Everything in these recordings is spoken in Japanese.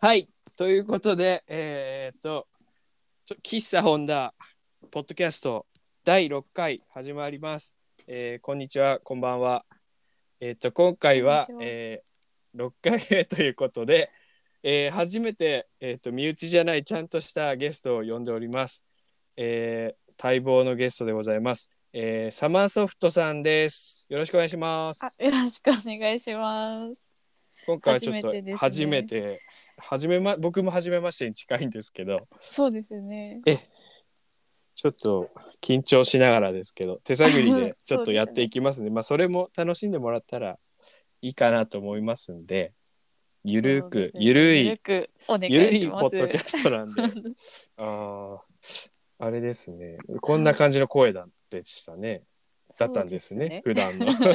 はい、ということで、えーっと、ちょ喫茶ホンダ、ポッドキャスト第6回始まります。えーこんにちは、こんばんは。えーっと、今回はこんにちはえー6回目 ということで、えー初めて、えーっと身内じゃないちゃんとしたゲストを呼んでおります。えー待望のゲストでございます。えーサマーソフトさんです。よろしくお願いします。あよろしくお願いします。今回はちょっと初めて,、初初めてめめま僕も初めましてに近いんですけどそうですね。ちょっと緊張しながらですけど手探り そうですでねちょっとやっていきますんでまあそれも楽しんでもらったらいいかなと思いますんでゆるそうくですねゆるゆいるくお願ゆるいいしポまッす。ドキャストなんで あーあれですねこんな感じの声だでしたねだったんですね普段 のそう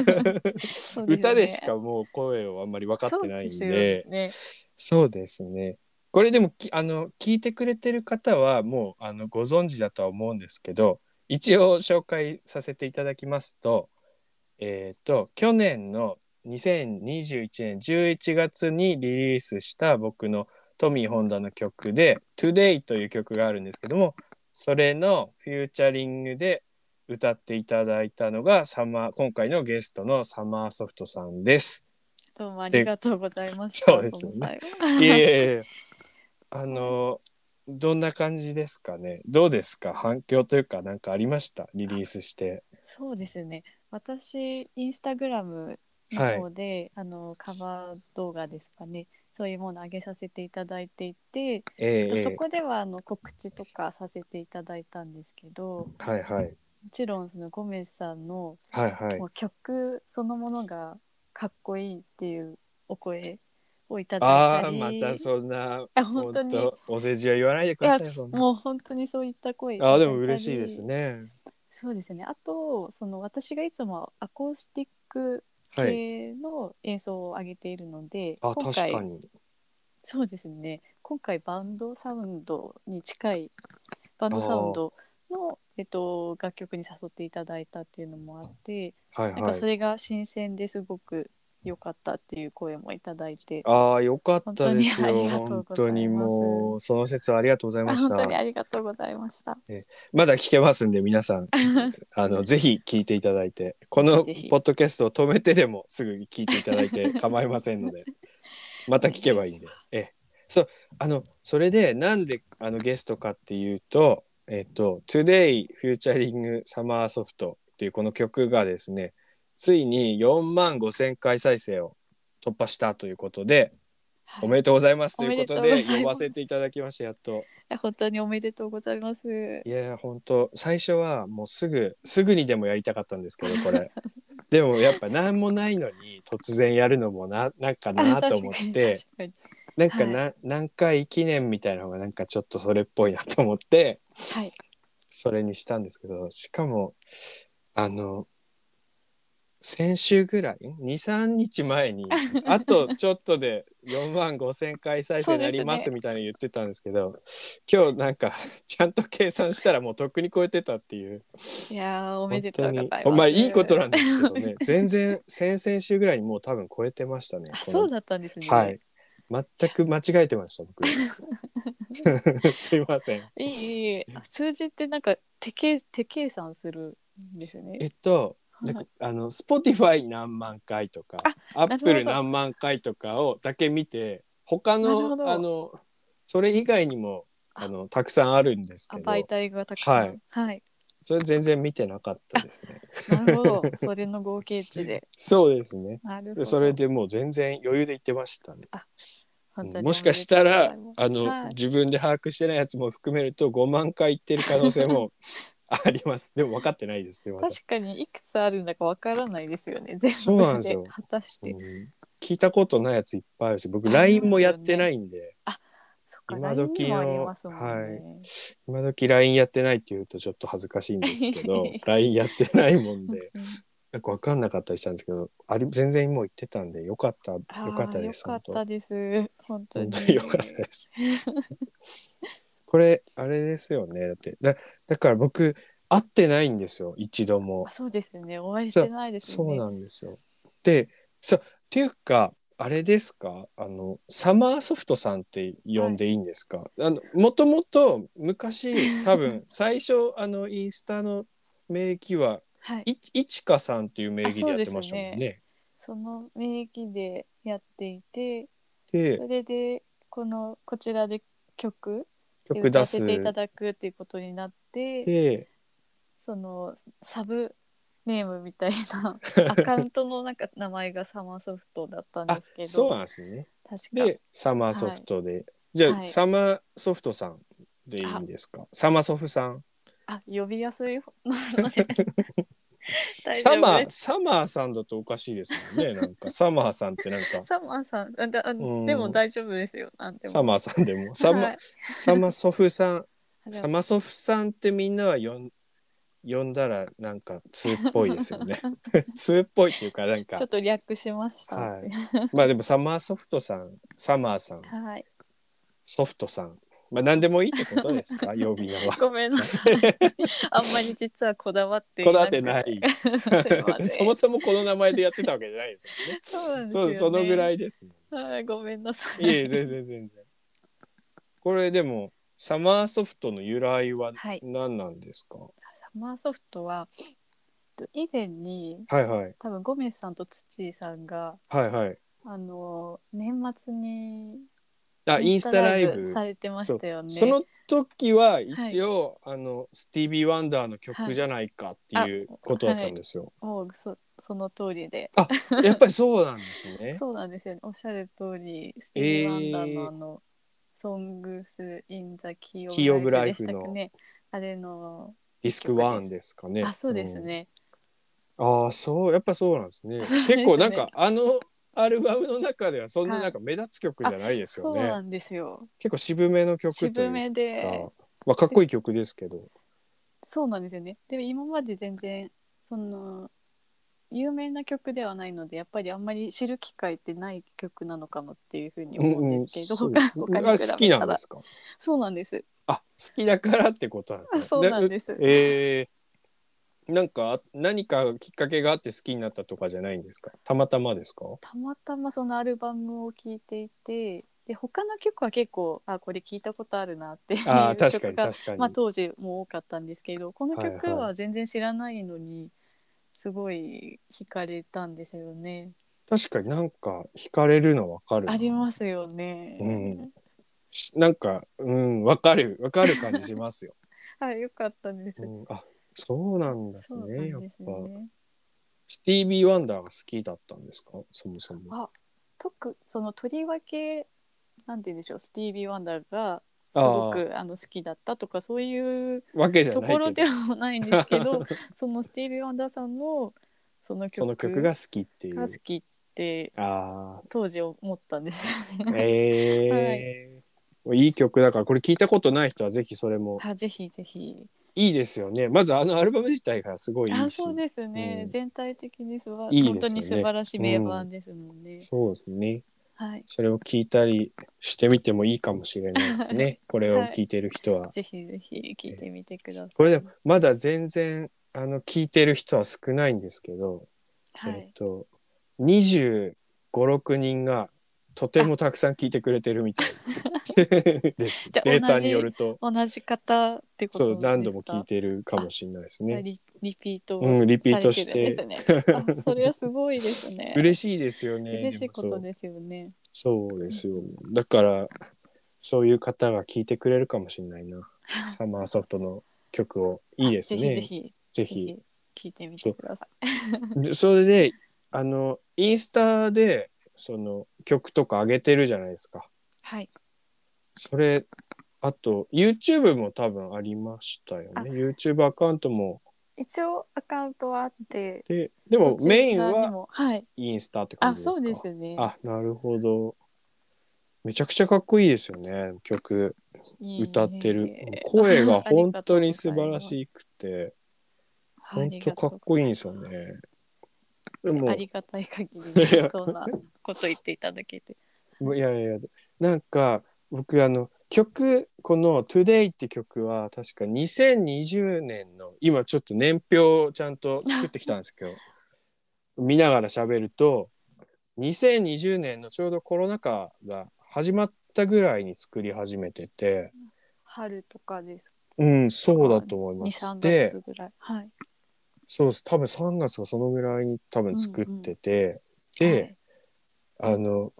すね 歌でしかもう声をあんまり分かってないんそうですでよ。ね。そうですね。これでもきあの聞いてくれてる方はもうあのご存知だとは思うんですけど一応紹介させていただきますと,、えー、と去年の2021年11月にリリースした僕のトミー・ホンダの曲で「Today」という曲があるんですけどもそれのフューチャリングで歌っていただいたのがサマー今回のゲストのサマーソフトさんです。どうもありがとうございました。そうですよねその際 いやいやいやあのどんな感じですかねどうですか反響というか何かありましたリリースしてそうですね。私インスタグラムの方で、あのカバー動画ですかね。そういうものを上げさせていただいていて、ええそこではあの告知とかさせていただいたんですけど、はいはいもちろんそのゴメスさんのはいはいもう曲そのものがかっこいいっていうお声をいただいあたありまたそんなあ本当にほんとお世辞は言わないでくいだやさいそんなもう本当にそういった声ああでも嬉しいですねそうですねあとその私がいつもアコースティックはい系の演奏を上げているので、あ今確回かにそうですね今回バンドサウンドに近いバンドサウンドの、えっと、楽曲に誘っていただいたっていうのもあって、はいなんかはそいれが新鮮ですごく良かったっていう声もいただいて、ああよかったですよ本当にありがと本うございます当にもうその説はありがとうございあまし本当たにありがとうございました。まだ聞けますんで皆さんあ のぜひ聞いていただいてこのぜひポッドキャストを止めてでもすぐに聞いていただい て構いませんのでまた聞けばいいんでええそうあのそれでなんであのゲストかっていうとえっと「Today フューチャリングサマーソフト」っていうこの曲がですねついに4万5千回再生を突破したということで、おめはいでとうございますということおめででとうございます呼ばせていただきましたやっと。あ本当におめでとうございます。いやいや本当最初はもうすぐすぐにでもやりたかったんですけどこれでもやっぱ何もないのに突然やるのもななんかあなと思っ確かにて確かになんかな、何回記念みたいなのがなんかちょっとそれっぽいなと思ってはい、それにしたんですけどしかもあの先週ぐらい23日前 にあとちょっとで4万5千回再生になりまそすうですねみたいなの言ってたんですけど今日なんかちゃんと計算したらもうとっくに超えてたっていういやーおおめでとうございます。まあいいことなんですけどあね全然先々週ぐらいにもう多分超えてましたね。このそうだったんですね。はい全く間違えてました 僕すいませんいいいい数字ってなんか手計手計算するんですねえ。っとなんはかあの Spotify 何万回とかアなッるほどプル何万回とかをだけ見て他なるほのどあのそれ以外にもあのたくさんあるんですあけど媒体がたくさん。はい はい、それ全然見てなかったですね。なるほど。それの合計値で。そうですね。なるほど。それでもう全然余裕で言ってましたね。本当におめでとうんうございます。もしかしたらあの、はい自分で把握してないやつも含めると5万回言ってる可能性 もあります。でも分かってないです。すいません。確かにいくつあるんだかわからないですよね全部でそうなんですよ果たして、うん聞いたことないやついっぱいあるし、僕ありますよね LINE もやってないんで。そっか今 LINE 時にのもありますもんね、今時 LINE やってないって言うとちょっと恥ずかしいんですけ ど LINE やってないもんでなんか分かんなかったりしたんですけどあり全然もう言ってたんでよかったよあーかったですよかったです本当本に当によかったです。これあれですよねだってだだから僕会ってないんですよ一度もあ。そうですねお会いしてないですそようねなんですよ。でそうっていうかあれですかあのサマーソフトさんって呼んでいいんですか、あのもともと昔多 分最初あのインスタの名義ははいいいちかさんっていう名義でやってましたもんあそうね。その名義でやっていてでそれでこのこちらで曲で曲歌出わすせていただくっていうことになってでそのサブネームみたい なアカウントのなんか名前がサマーソフトだったんあですけどそうなんですね。確かでサマーソフトで、じゃあ、はいサマーソフトさんでいいんですかサマーソフさんあ呼びやす いので大サ丈マ夫ーですサマーさんだとおかしいですもんねなんか サマーさんってなんかサマーさんあだあでうんも大丈夫ですよなんでもサマーさんで もサマ,、はいサマソフさんあサマソフさんってみんなは呼ん呼んだらなんか通っぽいですよ ね通っぽいっていうかなんちょかっと略しました。ははいい。まあでもサマーソフトさんサマーさんソフトさんまあ何でもいいってことです か曜日名は。ごめん なさい。あんまり実はこだわってこだわってない。すいません そもそもこの名前でやってたわけじゃないですよね。そうなんで すそよ、うね。そのぐらい。いです、ね。はい、ごめんなさい。いえいえ全然全然。これでもサマーソフトの由来ははい何なんですか。サマーソフトはえっと以前にはいはい多分ゴメスさんとツッチーさんがはいはい。あの年末にあインスタライブされてましたよね。その時は一応、あのスティービー・ワンダーの曲じゃないかっていうことだったんですよ。もうそその通りで。やっぱり そうなんですね。そうなんですよね。おっしゃる通り、スティーブ・ワンダーのあの、ソングス・イン・ザ・キーキー・オオブブ・ラライイフフのでしたっけね。あれの、ディスクワンですかね。あ、そうですんね。ああそうやっぱそうなんですね。そうですね結構なんかあのアルバムの中ではそんななんか目立つ曲じゃないですそようね。なんですよ。結構渋めの曲というか渋めで、まあ、かっこいい曲ですけど。そうなんですよね。でも今まで全然、その、有名な曲ではないので、やっぱりあんまり知る機会ってない曲なのかなっていうふうに思うんですけど、うんうん他そう他にあ比べたら好きなんですか。そうなんです。あ好きだからってことなんですね。そうなんです。えー、なんか何かきっかけがあって好きになったとかじゃないんですかたまたまですかたまたまそのアルバムを聴いていてで他の曲は結構あこれ聴いたことあるなっていうああ確か曲にが、確かに、まあ、当時も多かったんですけどこの曲はいはは全然知らないのにすごい惹かれたんですよね。確かになんか惹かれるのわかるなありますよね。うんしなんかうんわかるわかる感じしますよ、はいよかったんです。うん、あそうなんですそうねなやんっですぱね。スティービー・ワンダーが好きだったんですかそもそもあ特そのとりわけなんて言うんでしょうスティービー・ワンダーがすあーごくあの好きだったとかそういうわけじゃとないけこどろではないんですけどそのスティービー・ワンダーさんのその曲 その曲が好きっていうが好きってあ当時思った んですよ ーね。えーい、い曲だからこれ聞いたことない人はぜひそれもあぜひぜひ。いいですよねまずあのアルバム自体がすごいいあいしそうですね、うん全体的にすばいいですよね本当に素晴らしい名盤ですもんね。そうですねはいそれを聞いたりしてみてもいいかもしれないです ねこれを聞いてる人は、ぜひぜひ聞いてみてください。これでもまだ全然あの聞いてる人は少ないんですけど、はえっい、と2 5 6人がとてもたくさん聞いてくれてるみたい ですじゃあデータ同じによると同じ方ってことそうですか何度も聞いてるかもしれないですねリリピートをうんリピート。されてるんですね。あそれはすごいです ね嬉しいですよね嬉しいことでもですよね。そうそうですよだからそういう方が聞いてくれるかもしれない なサマーソフトの曲をいいですねぜひぜぜひぜひひ聞いてみてください。でそれであのインスタでその曲とか上げてるじゃないですかはい。それあと YouTube も多分ありましたよあね YouTube アカウントも一応アカウントはあって、ででもそちらメインにはもはい。インスタって感あ、じですかそうですね。あなるほどめちゃくちゃかっこいいですよね曲いいね歌ってる声が本当に素晴らい。しくてあ本り当がかとっうこごいざいんまですよねでもありがたい限りでそうなこと言っていただけて。いやいやいやなんか僕あの曲この「Today」って曲は確か2020年の今ちょっと年表をちゃんと作ってきたんですけど 見ながら喋ると2020年のちょうどコロナ禍が始まったぐらいに作り始めてて 春とかですうんそうだと思います。 23で月ぐらいはいそうです多分3月がそのぐらいに多分作ってて、で、あの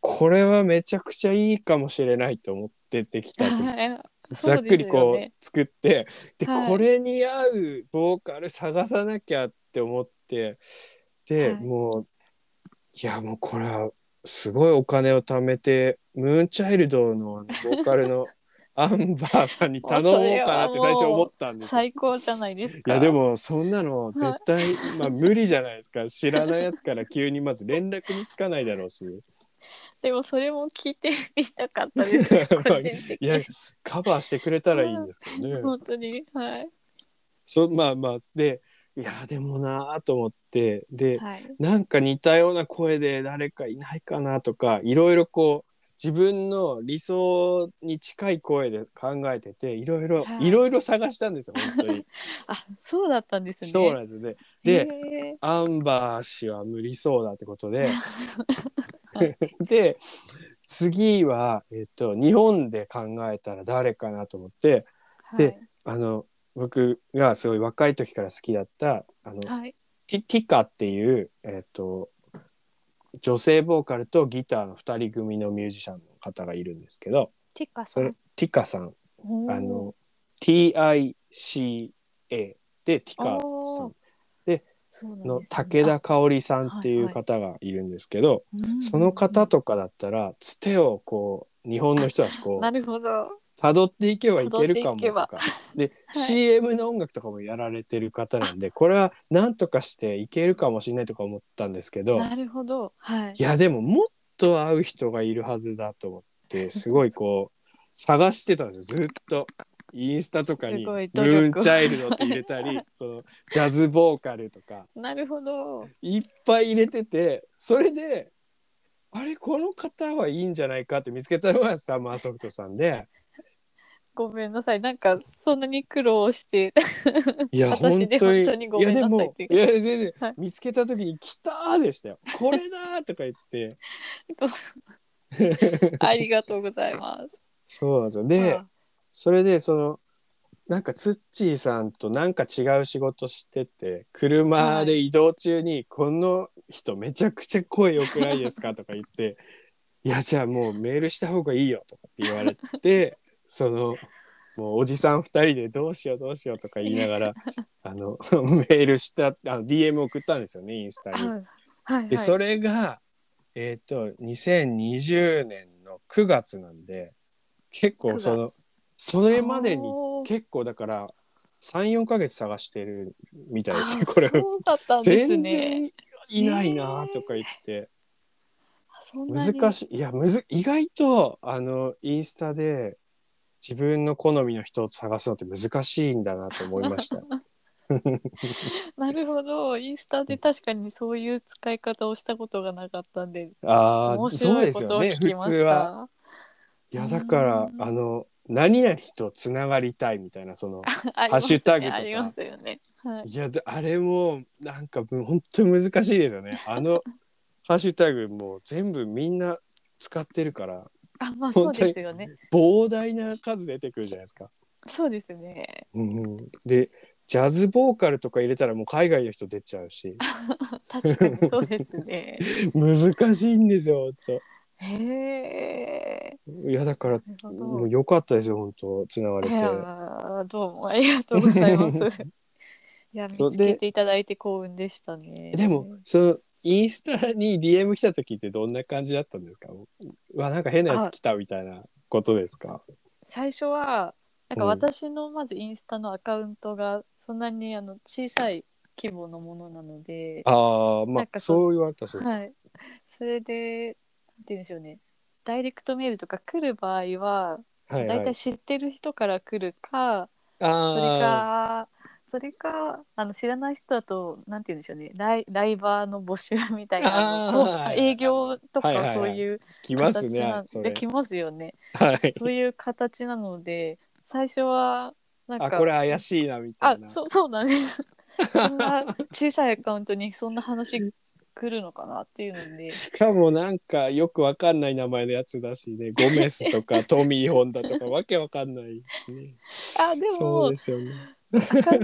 これはめちゃくちゃいいかもしれないと思ってできたとはいざっくりこそうですよねう作ってで、はいこれに合うボーカル探さなきゃって思ってで、はいもういやもうこれはすごいお金を貯めてムーンチャイルドのボーカルのアンバーさんに頼もうかなって最初思ったんですよ。 最高じゃないですいかやでもそんなの絶対、まあ無理じゃないですか知らないやつから急にまず連絡につかないだろうしでもそれも聞いてみたかったです 個人的 いやにカバーしてくれたらいいんですけどね。本当にはいそまあまあでいやでもなあと思ってで、はいなんか似たような声で誰かいないかなとかいろいろこう自分の理想に近い声で考えてていろいろはいいろいろ探したんですよ本当 に。あそうだったんですねそうなんですよね。で、へアンバー氏は無理そうだってこと でで次は、えっと日本で考えたら誰かなと思ってーであの僕がすごい若い時から好きだったあのはい、はい、ティティカっていう、えっと女性ボーカルとギターの2人組のミュージシャンの方がいるんですけどティカさそれんティカさんおーあの TICA でティカさおーんでそうなんですねの武田香織さんっていう方がいるんですけど、うんその方とかだったらつてをこう日本の人たちこなうるほど辿っていけばいけるかもと辿っかて で、CM の音楽とかもやられてる方なんでこれは何とかしていけるかもしれないとか思ったんですけど。なるほどはいいやでももっと会う人がいるはずだと思 ってすごいこう探してたんですよずっとインスタとかに「すムごい努力ーンチャイルド」って入れた りそのジャズボーカルとかなるほどいっぱい入れててそれであれこの方はいいんじゃないかって見つけたのがサマーソフトさん でごめんなさいなんかそんなに苦労して いや本私で当に本当にごいめやんなでさいっもていいうや全然、はい見つけた時に「来た!」でしたよ「これだ!」とか言 って。ありがとうございます そうなんですよで、あそれでそのなんかツッチーさんとなんか違う仕事してて車で移動中に、この人めちゃくちゃ声良くないですか?」とか言 って「いやじゃあもうメールした方がいいよ」とかって言われてそのもうおじさん2人で「どうしようどうしよう」とか言いなが らあのメールしたあの DM 送ったんですよねインスタに。はいはいでそれが、えっ、と2020年の9月なんで結構そのそれまでにおー結構だから34ヶ月探してるみたいですあねこれそうだったんです全ね然いないなとか言って、そんなに難しいいやむず意外とあのインスタで自分の好みの人を探すのって難しいんだなと思いま した。なるほどインスタで確かにそういう使い方をしたことがなかったんであ面あそう白でいすことよをね聞き普ま通しは。いた。やだからうんあの何々とつながりたいみたいなそのあハりッますシュタグとねかありますよね。はい。いやであれもなんかもう本当に難しいですよねあのハッシュタグもう全部みんな使ってるからあまあそ本う当にですよね。膨大な数出てくるじゃないですか。そうですね。うんうん、でジャズボーカルとか入れたらもう海外の人出ちゃう し確かにそうです ね。難しいんですよほんへえ。といやだからなるほもどう。良かったですよ本当つながれいて。やーどうもありがとうござい ます。いやそう見つけていただいて幸運でしたね。でも、そのインスタに DM 来た時ってどんな感じだったんですかうわなんか変なやつ来たみたいなことですか最初はなんかうん私のまずインスタのアカウントがそんなにあの小さい規模のものなので、ああまなあんかそそうう言われたらそう、はい、それでなんて言うんでしょうねダイレクトメールとか来る場合ははいはい大体知ってる人から来るか、あーそれかそれかあの知らない人だとなんて言うんでしょうねライライバーの募集みたいあなーあのこうはい営業とはいはいはかいそういう来ます形ねな。そでれ。きます よね。はい。そういう形なので最初はなんかあ、これ怪しいなみたあいな。そうそうな んです。そんな小さいアカウントにそんな話来るのかなっていうので。しかもなんかよくわかんない名前のやつだ しね、ゴメスとかトミー・ホンダとかわけわかんない、ね。あでそうもですよね。か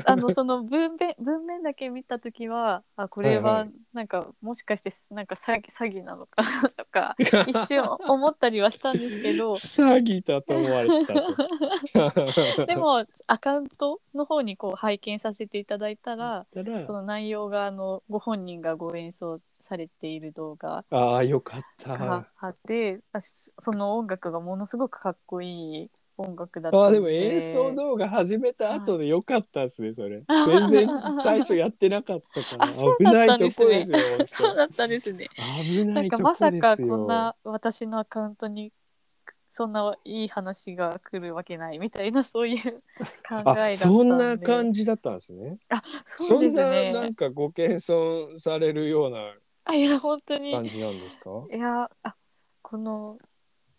あ のその文面文面だけ見た時はあこれはいははいなんか、もしかしてなんか詐欺詐欺なのか な とか一瞬思ったりはしたんですけど詐欺だと思われて たと。でもアカウントの方にこう拝見させていただいたらたらその内容があのご本人がご演奏されている動画ああよかった。があってあしその音楽がものすごくかっこいい音楽だったああのでも演奏動画始めた後でよかったですねそれ。全然最初やってなかったから あそう危だなっいたんとですねこですよ。本そうだったんですね。当危 ななんいかとまこさでかすよ。こんな私のアカウントにそんないい話が来るわけないみたいなそう いう考えだったんであそんな感じだったんですね。あそそうでんすななねんかご謙遜されるようなあいや本当に感じなんですか。いやあこの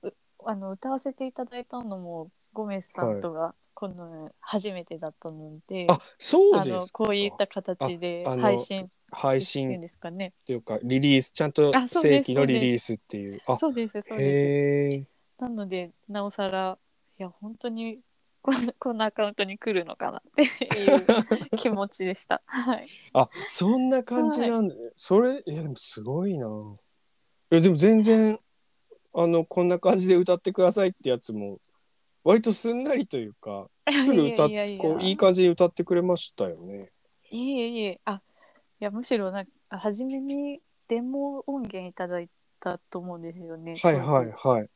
うあの歌わせていただいたのもゴメスさんとがこの初めてだったので、あそうあでのすか。こういった形でああの配信っ配ていうん信ですかねっていうかリリースちゃんとあそう正です規のリリースっていう。あそうですそうですへえ。なのでなおさらいや本当にこんこんなアカウントに来るのかなっ ていう気持ちでした。はい、あそんな感じなんだ、それいやでもすごいな。いやでも全然あのこんな感じで歌ってくださいってやつも割とすんなりというかすぐ歌っいやいやいやこういい感じに歌ってくれましたよね。いえいえあいやむしろなんか初めにデモ音源いただいたと思うんですよね。はい当は時いはい。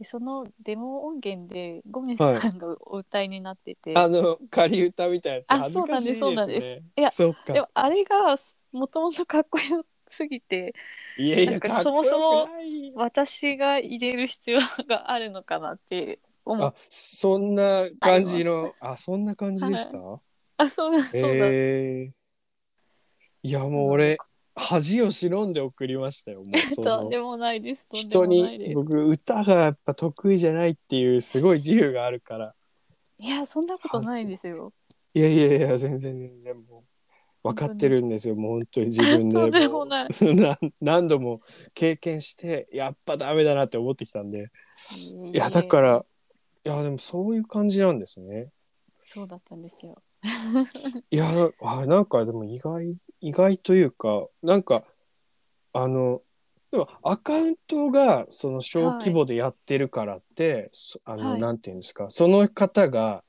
でそのデモ音源でゴメスさんがお歌いになってて、あの仮歌みたいなやつあ恥ずかしいですね。そうなんですそうなんでいやいやそうかでもあれがもともとかっこよすぎていやいやなんかかっこよくそもそもない私が入れる必要があるのかなって思あうそんな感じのあそんな感じでした。あそうだそうだ、えー、いやもう俺恥を忍んで送りましたよ。 もうそとんのでもないですとんで人もないでにす僕歌がやっぱ得意じゃないっていうすごい自由があるからいやそんなことないですよいやいやいや全然全然もう分かってるんですよもう本当に自分でとんでももないう な何度も経験してやっぱダメだなって思ってきたんでいやだかららいやでもそういう感じなんですねそうだったんですよいやあなんかでも意外意外というかなんかあのでもアカウントがその小規模でやってるからって、そあの、はいなんていうんですかその方が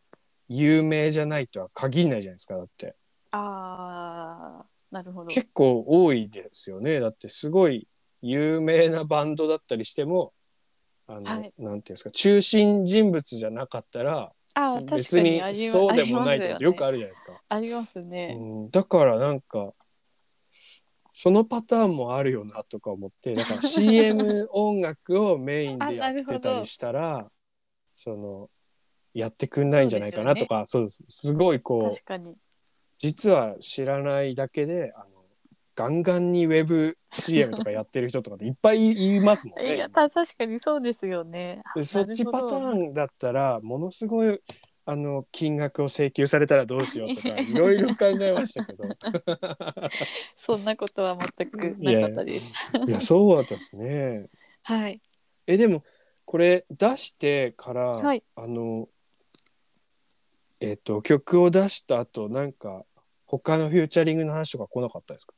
有名じゃないとは限らないじゃないですかだってあーなるほど結構多いですよねだってすごい有名なバンドだったりしてもあの、はないんていうんですか中心人物じゃなかったらあー確別かににありそうでもないとかっありまてすよよくねあるじゃないですか。ありますね、うん、だからなんかそのパターンもあるよなとか思ってだから CM 音楽をメインでや っあなるほてどたりしたらそのやってくんないんじゃないかなとかそうです,、すごいこう確かに実は知らないだけであのガンガンにウェブ CM とかやってる人とかっていっぱいいますもんね。いや今た確かにそうですよね。でそっちパタンーンだったらものすごいあの金額を請求されたらどうしようとかいろいろ考えましたけ ど。そんなことは全くなかったです。いやそうだったですね。はいえでもこれ出してから、はいあのえっ、と曲を出した後なんか他のフューチャリングの話とか来なかったですか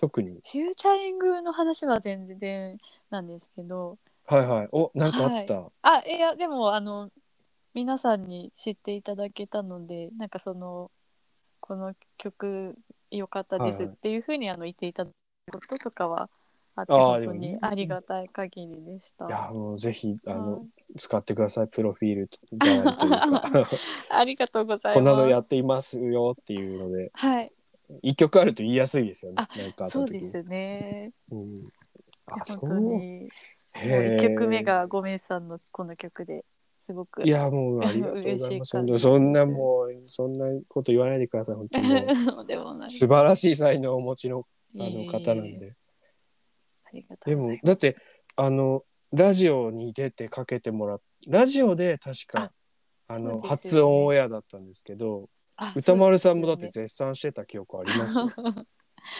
特にフューチャリングの話は全然なんですけどはいはいおなんかあった、あいやでもあの皆さんに知っていただけたのでなんかそのこの曲良かったですっていうふうに、あの言っていただくこととかはあってあー本でも当ねにありがたい限りでした。いやもうぜひあの、はい使ってくださいプロフィールじゃないという かありがとうござい こます。んなのやっていますよっていうのではい一曲あると言いやすいですよねあなんかあったそう時でに。すね。うんあいやそ本当うに。もうへー1曲目がゴメスさんのこの曲ですごくいやもうありがとうご ざいます。本当にそんなもうそんなこと言わないでください本当に もでもなう。い素晴らしい才能をお持ちのあの方なんいえいえで。ありがとでうござもいますだってあのラジオに出てかけてもらっラジオで確かあの、そうですよね初オンエアだったんですけどあ歌丸さんもだそっうてです絶賛してた記憶ありますよ よね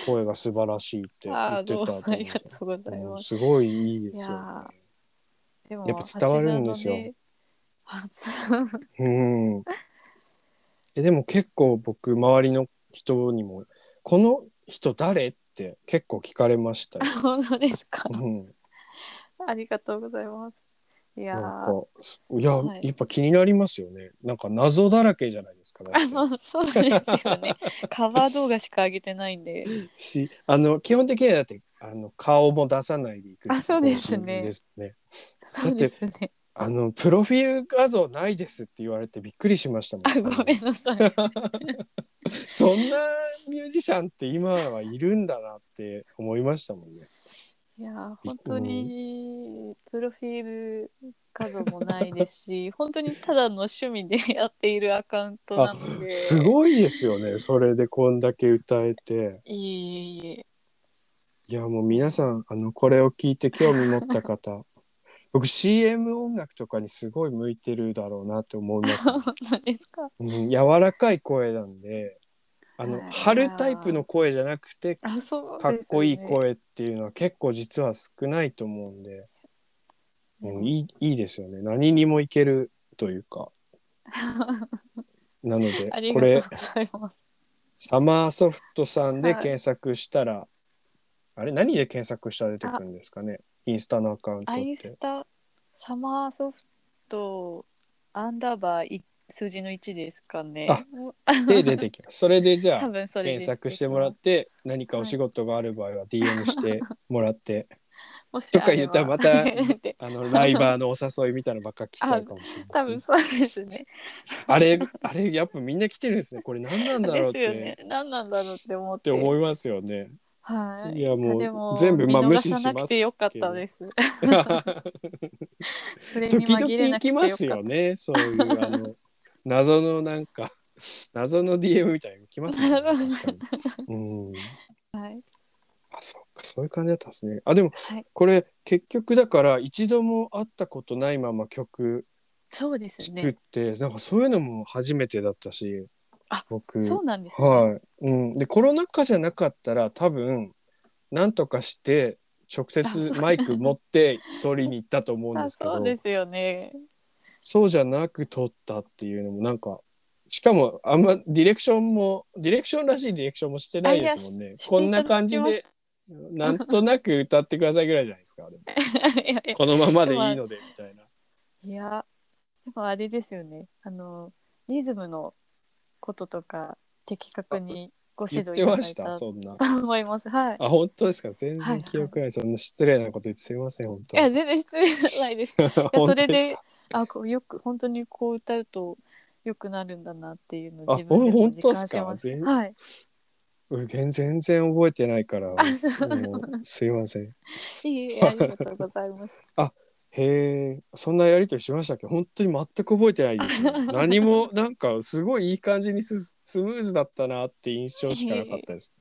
声が素晴らしいって言っああてどたうとも思あうんですりがとうございようまんすすごいいいですよいやね。でもやっぱ伝わるんですよ初うん、えでも結構僕周りの人にも「この人誰?」って結構聞かれましたよ。 なので本当ですかうん、ありがとうございますいやーなんかいや、はいやっぱ気になりますよね。なんか謎だらけじゃないですか。だっあてのそうですよね カバー動画しか上げてないんでしあの基本的にはだってあの顔も出さないでいくあそうですね方針ですねそうですねあのプロフィール画像ないですって言われてびっくりしましたもあごめんなさいそんなミュージシャンって今はいるんだなって思いましたもんね。いやー本当にプロフィール画像もないですし 本当にただの趣味でやっているアカウントなのですごいですよね。それでこんだけ歌えて。いえいえいえいやもう皆さんあのこれを聞いて興味持った方 僕 CM 音楽とかにすごい向いてるだろうなって思い ますね、本当ですかうん、柔らかい声なんであのあー張るタイプの声じゃなくてあそうですかよっねこいい声っていうのは結構実は少ないと思うんで、うん、いいいいですよね何にもいけるという かなのでありこがとれうござい ますサマーソフトさんではい検索したら、あれ何で検索したら出てくるんですかねインスタのアカウントっアイてスタサマーソフトアンダーバーい数字の1ですかねあで出てきますそれでじゃ多あ分それで検索してもらって何かお仕事がある場合は DM してもら って、もしとか言ったらまたあればってあのライバーのお誘いみたいなのばっか来ちゃうかもしれな 多いで分す、そうですね。ね、あれあれやっぱみんな来てるんですねこれ何なんだろうでっすて、よね。何なんだろうって思っってて。思いますよね。はい。いやもうで全部まあ見逃無視しますさなくてよかったです。それ に時紛々れな行くてきよかまっすた。よねそういうあの謎のなんか 謎の DM みたいなの来ます よね確かに。うんはい。あそうかそういう感じだったんですね。あでもはい。これ結局だから一度も会ったことないまま曲そうです作っね。て、なんかそういうのも初めてだったしあ僕そうなんですね。はい、うん、でコロナ禍じゃなかったら多分なんとかして直接マイク持って取りに行ったと思うんあ、ですけどそうですよね。そうじゃなく撮ったっていうのもなんかしかもあんまディレクションもディレクションらしいディレクションもしてないですもんあいねやしこんな感じしていただでなんとなく歌ってくださいぐらいじゃないですかでも いやいやこのままでいいのでみたいな。いや、でもあれですよね。あの、リズムのこととか、的確にご言指って導いたまだしいたたとそんな。思います。はい。あ本当ですか全はいは然い記憶ない、そんな失礼なこと言ってすいません本当いや、全然失礼ないです。いやそ 本当れですでかあこうよく本当にこう歌うと良くなるんだなっていうのをあ自分でほんも実感しま本当っす。すかはい。うん全全然覚えてない からあそうもうすいません いいえありがとうございました。へえ、そんなやりとりしましたっけ本当に全く覚えてないです、 ね。何も、なんか、すごいいい感じにススムーズだったなって印象しかなかった です。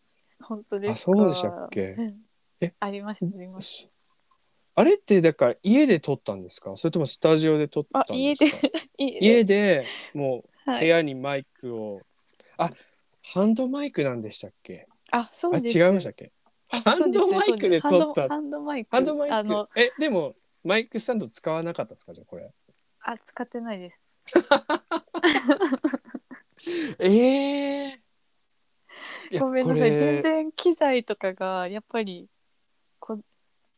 本当ですあか。そうでしたっけうんえありましたありましすあれって、だから、家で撮ったんですかそれともスタジオで撮ったんた。あですか家で家で家で、もう、は部い。屋にマイクを、あ、ハンドマイクなんでしたっけあそあ、う違です。いましたっけあハそうンすドマイクで撮った。ハンドマイク。ハンドマあイのク。え、でも、マイクスタンド使わなかったんですかじゃあ、これ。あ使ってないです。ええー。やごめんなさいこれ全然機材とかがやっぱりこ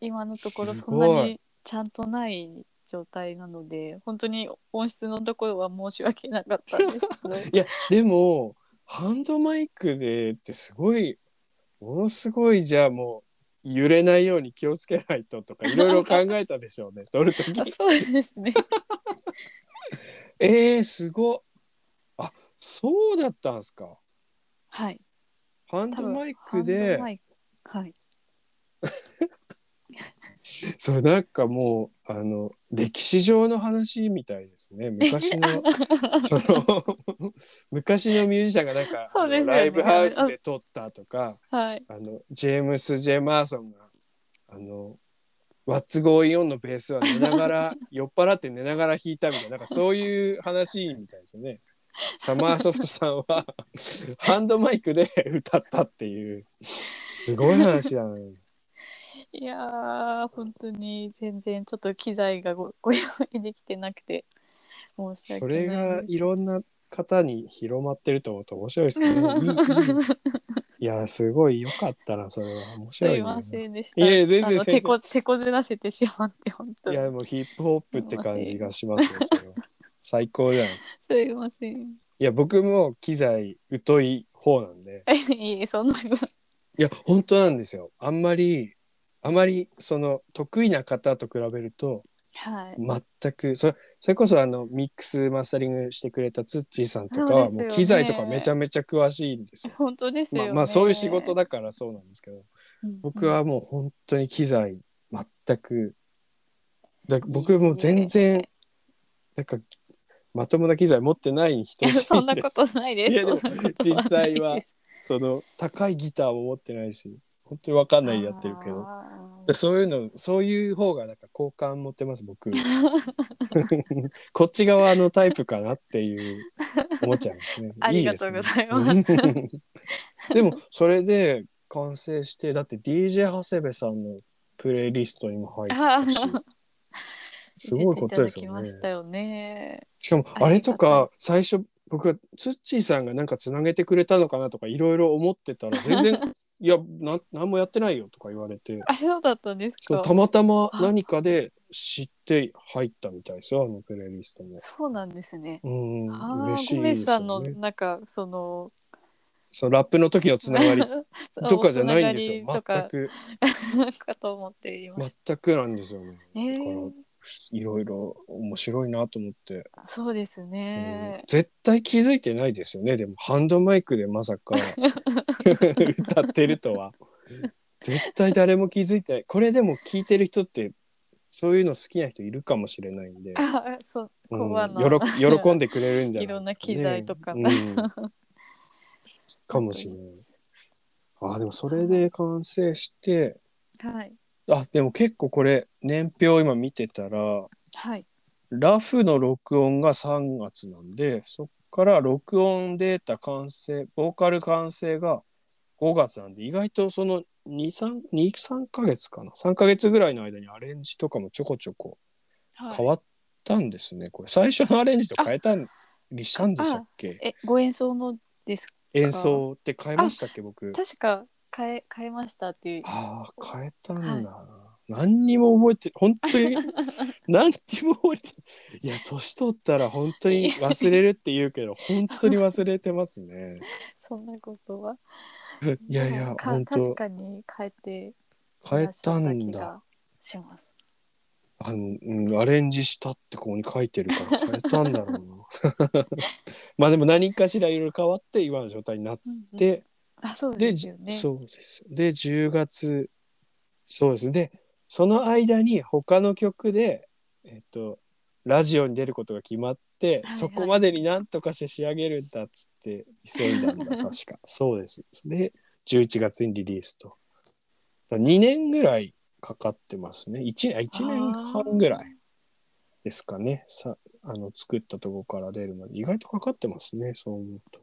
今のところすそんごいなにちゃんとない状態なので本当に音質のところは申し訳なかったんですけどいやでもハンドマイクでってすごいものすごいじゃあもう揺れないように気をつけないと とかいろいろ考えたでしょうね撮るときあそうですねえー、すごっあそうだったんすかはいハン多ド分マイクハンでドマイクはいそうなんかもうあの歴史上の話みたいですね昔の その 昔のミュージシャンがなんか、そうあのですよねライブハウスで撮ったとかはい。あのジェームス・ジェーマーソンがあの「What's Going On」のベースは寝ながら酔っ払って寝ながら弾いたみたいななんかそういう話みたいですね。サマーソフトさんはハンドマイクで歌ったっていうすごい話だね。いやー、本当に全然ちょっと機材がごご用意できてなくて、申しそ訳ないれがです。いろんな方に広まってると思うと面白いですね。 いいいいいやすごいよかったなそれは面す白いいねませんでした。いえ全然あの全然手こ手こずらせてしまって、本当いに。やでもヒップホップって感じがしますよそれは最高じゃないですか。すいません。いや僕も機材疎い方なんで いえ、そんなこと。いや本当なんですよあんまりあまりその得意な方と比べるとはい。全くそそれこそあのミックスマスタリングしてくれたツッチーさんとかそうはですよもねう機材とかめちゃめちゃ詳しいんですよ。本当ですよ、まあね。まあそういう仕事だからそうなんですけどうんうん。僕はもう本当に機材全くだ僕もう全然なんかまともな機材持ってない人いやです そんなことないです。いやでもそんなことないです実際はその高いギターを持ってないし本当に分かんないでやってるけどあでそういうのそういう方がなんか好感持ってます 僕 こっち側のタイプかなって いう思っちゃいますねありがとうございますですね でもそれで完成してだって DJ 長谷部さんのプレイリストにも入った しーすごいことですよね出ていただきましたよね。しかもありがたいあれとか最初僕はツッチーさんがなんかつなげてくれたのかなとかいろいろ思ってたら全 然「いやな何もやってないよ」とか言われてあ、そうだったんですそうか。たまたま何かで知って入ったみたいですよあのプレイリストも。そうなんですね。うんああ、嬉しゴいメでスすさんのよね。なんかそのそのラップの時のつな がりとかじゃないんですおよつな全がり とくかかと思っていまし全くなんですよね。た。だからねいろいろ面白いなと思って。えそうですうんね。絶対気づいてないですよねでもハンドマイクでまさ か歌ってるとは絶対誰も気づいてないこれでも聞いてる人ってそういうの好きな人いるかもしれないんで、あ、そう、うこわん、な。よろ喜んでくれるんじゃないいろんな機材とかうんかもしれないあでもそれで完成してはい。あでも結構これ年表今見てたらはい。ラフの録音が3月なんでそっから録音データ完成ボーカル完成が5月なんで意外とその23ヶ月かな3ヶ月ぐらいの間にアレンジとかもちょこちょこはい変わったんですね、これ最初のアレンジと変えたりしたんでしたっけえ、ご演奏のです。演奏って変えましたっけ僕確か変え変えましたっていう。ああ変えたんだな、何にも覚えて本当 に何にも覚えていや年取ったら本当に忘れるって言うけど本当に忘れてます ねそんなことは。いやいやか本確当かに変えて変えたいらっしゃん気だがします。あの、うん、アレンジしたってここに書いてるから変えたんだろうな まあでも何かしらいろいろ変わって今の状態になっうんうん て、あ、そうでですよね。そうですで10月そうですでその間に他の曲でえっとラジオに出ることが決まって、はいそこまでになんとかして仕上げるんだっつって急いだ んだ確かそうですで11月にリリースと2年ぐらいかかってますね 1, 1年半ぐらいですかねさあの作ったとこから出るまで意外とかかってますねそう思う と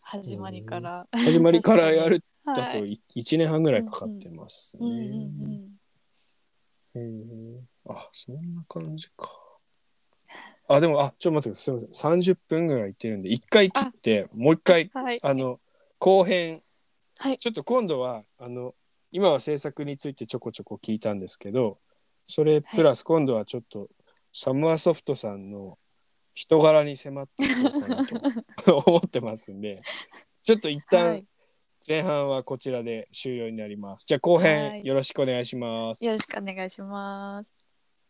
始まりから。始まりからやるはいだとい1年半ぐらいかかってますうんうんね。うん。へーあそんな感じか。あでもあちょっと待ってくださいすみません30分ぐらいいってるんで1回切ってもう1回はい。あの後編はい。ちょっと今度はあの今は制作についてちょこちょこ聞いたんですけどそれプラス今度はちょっとサムアソフトさんの人柄に迫っていこうかなと 思ってますんでちょっと一旦、はい前半はこちらで終了になります。じゃあ後は編いよろしくお願いします。よろしくお願いします。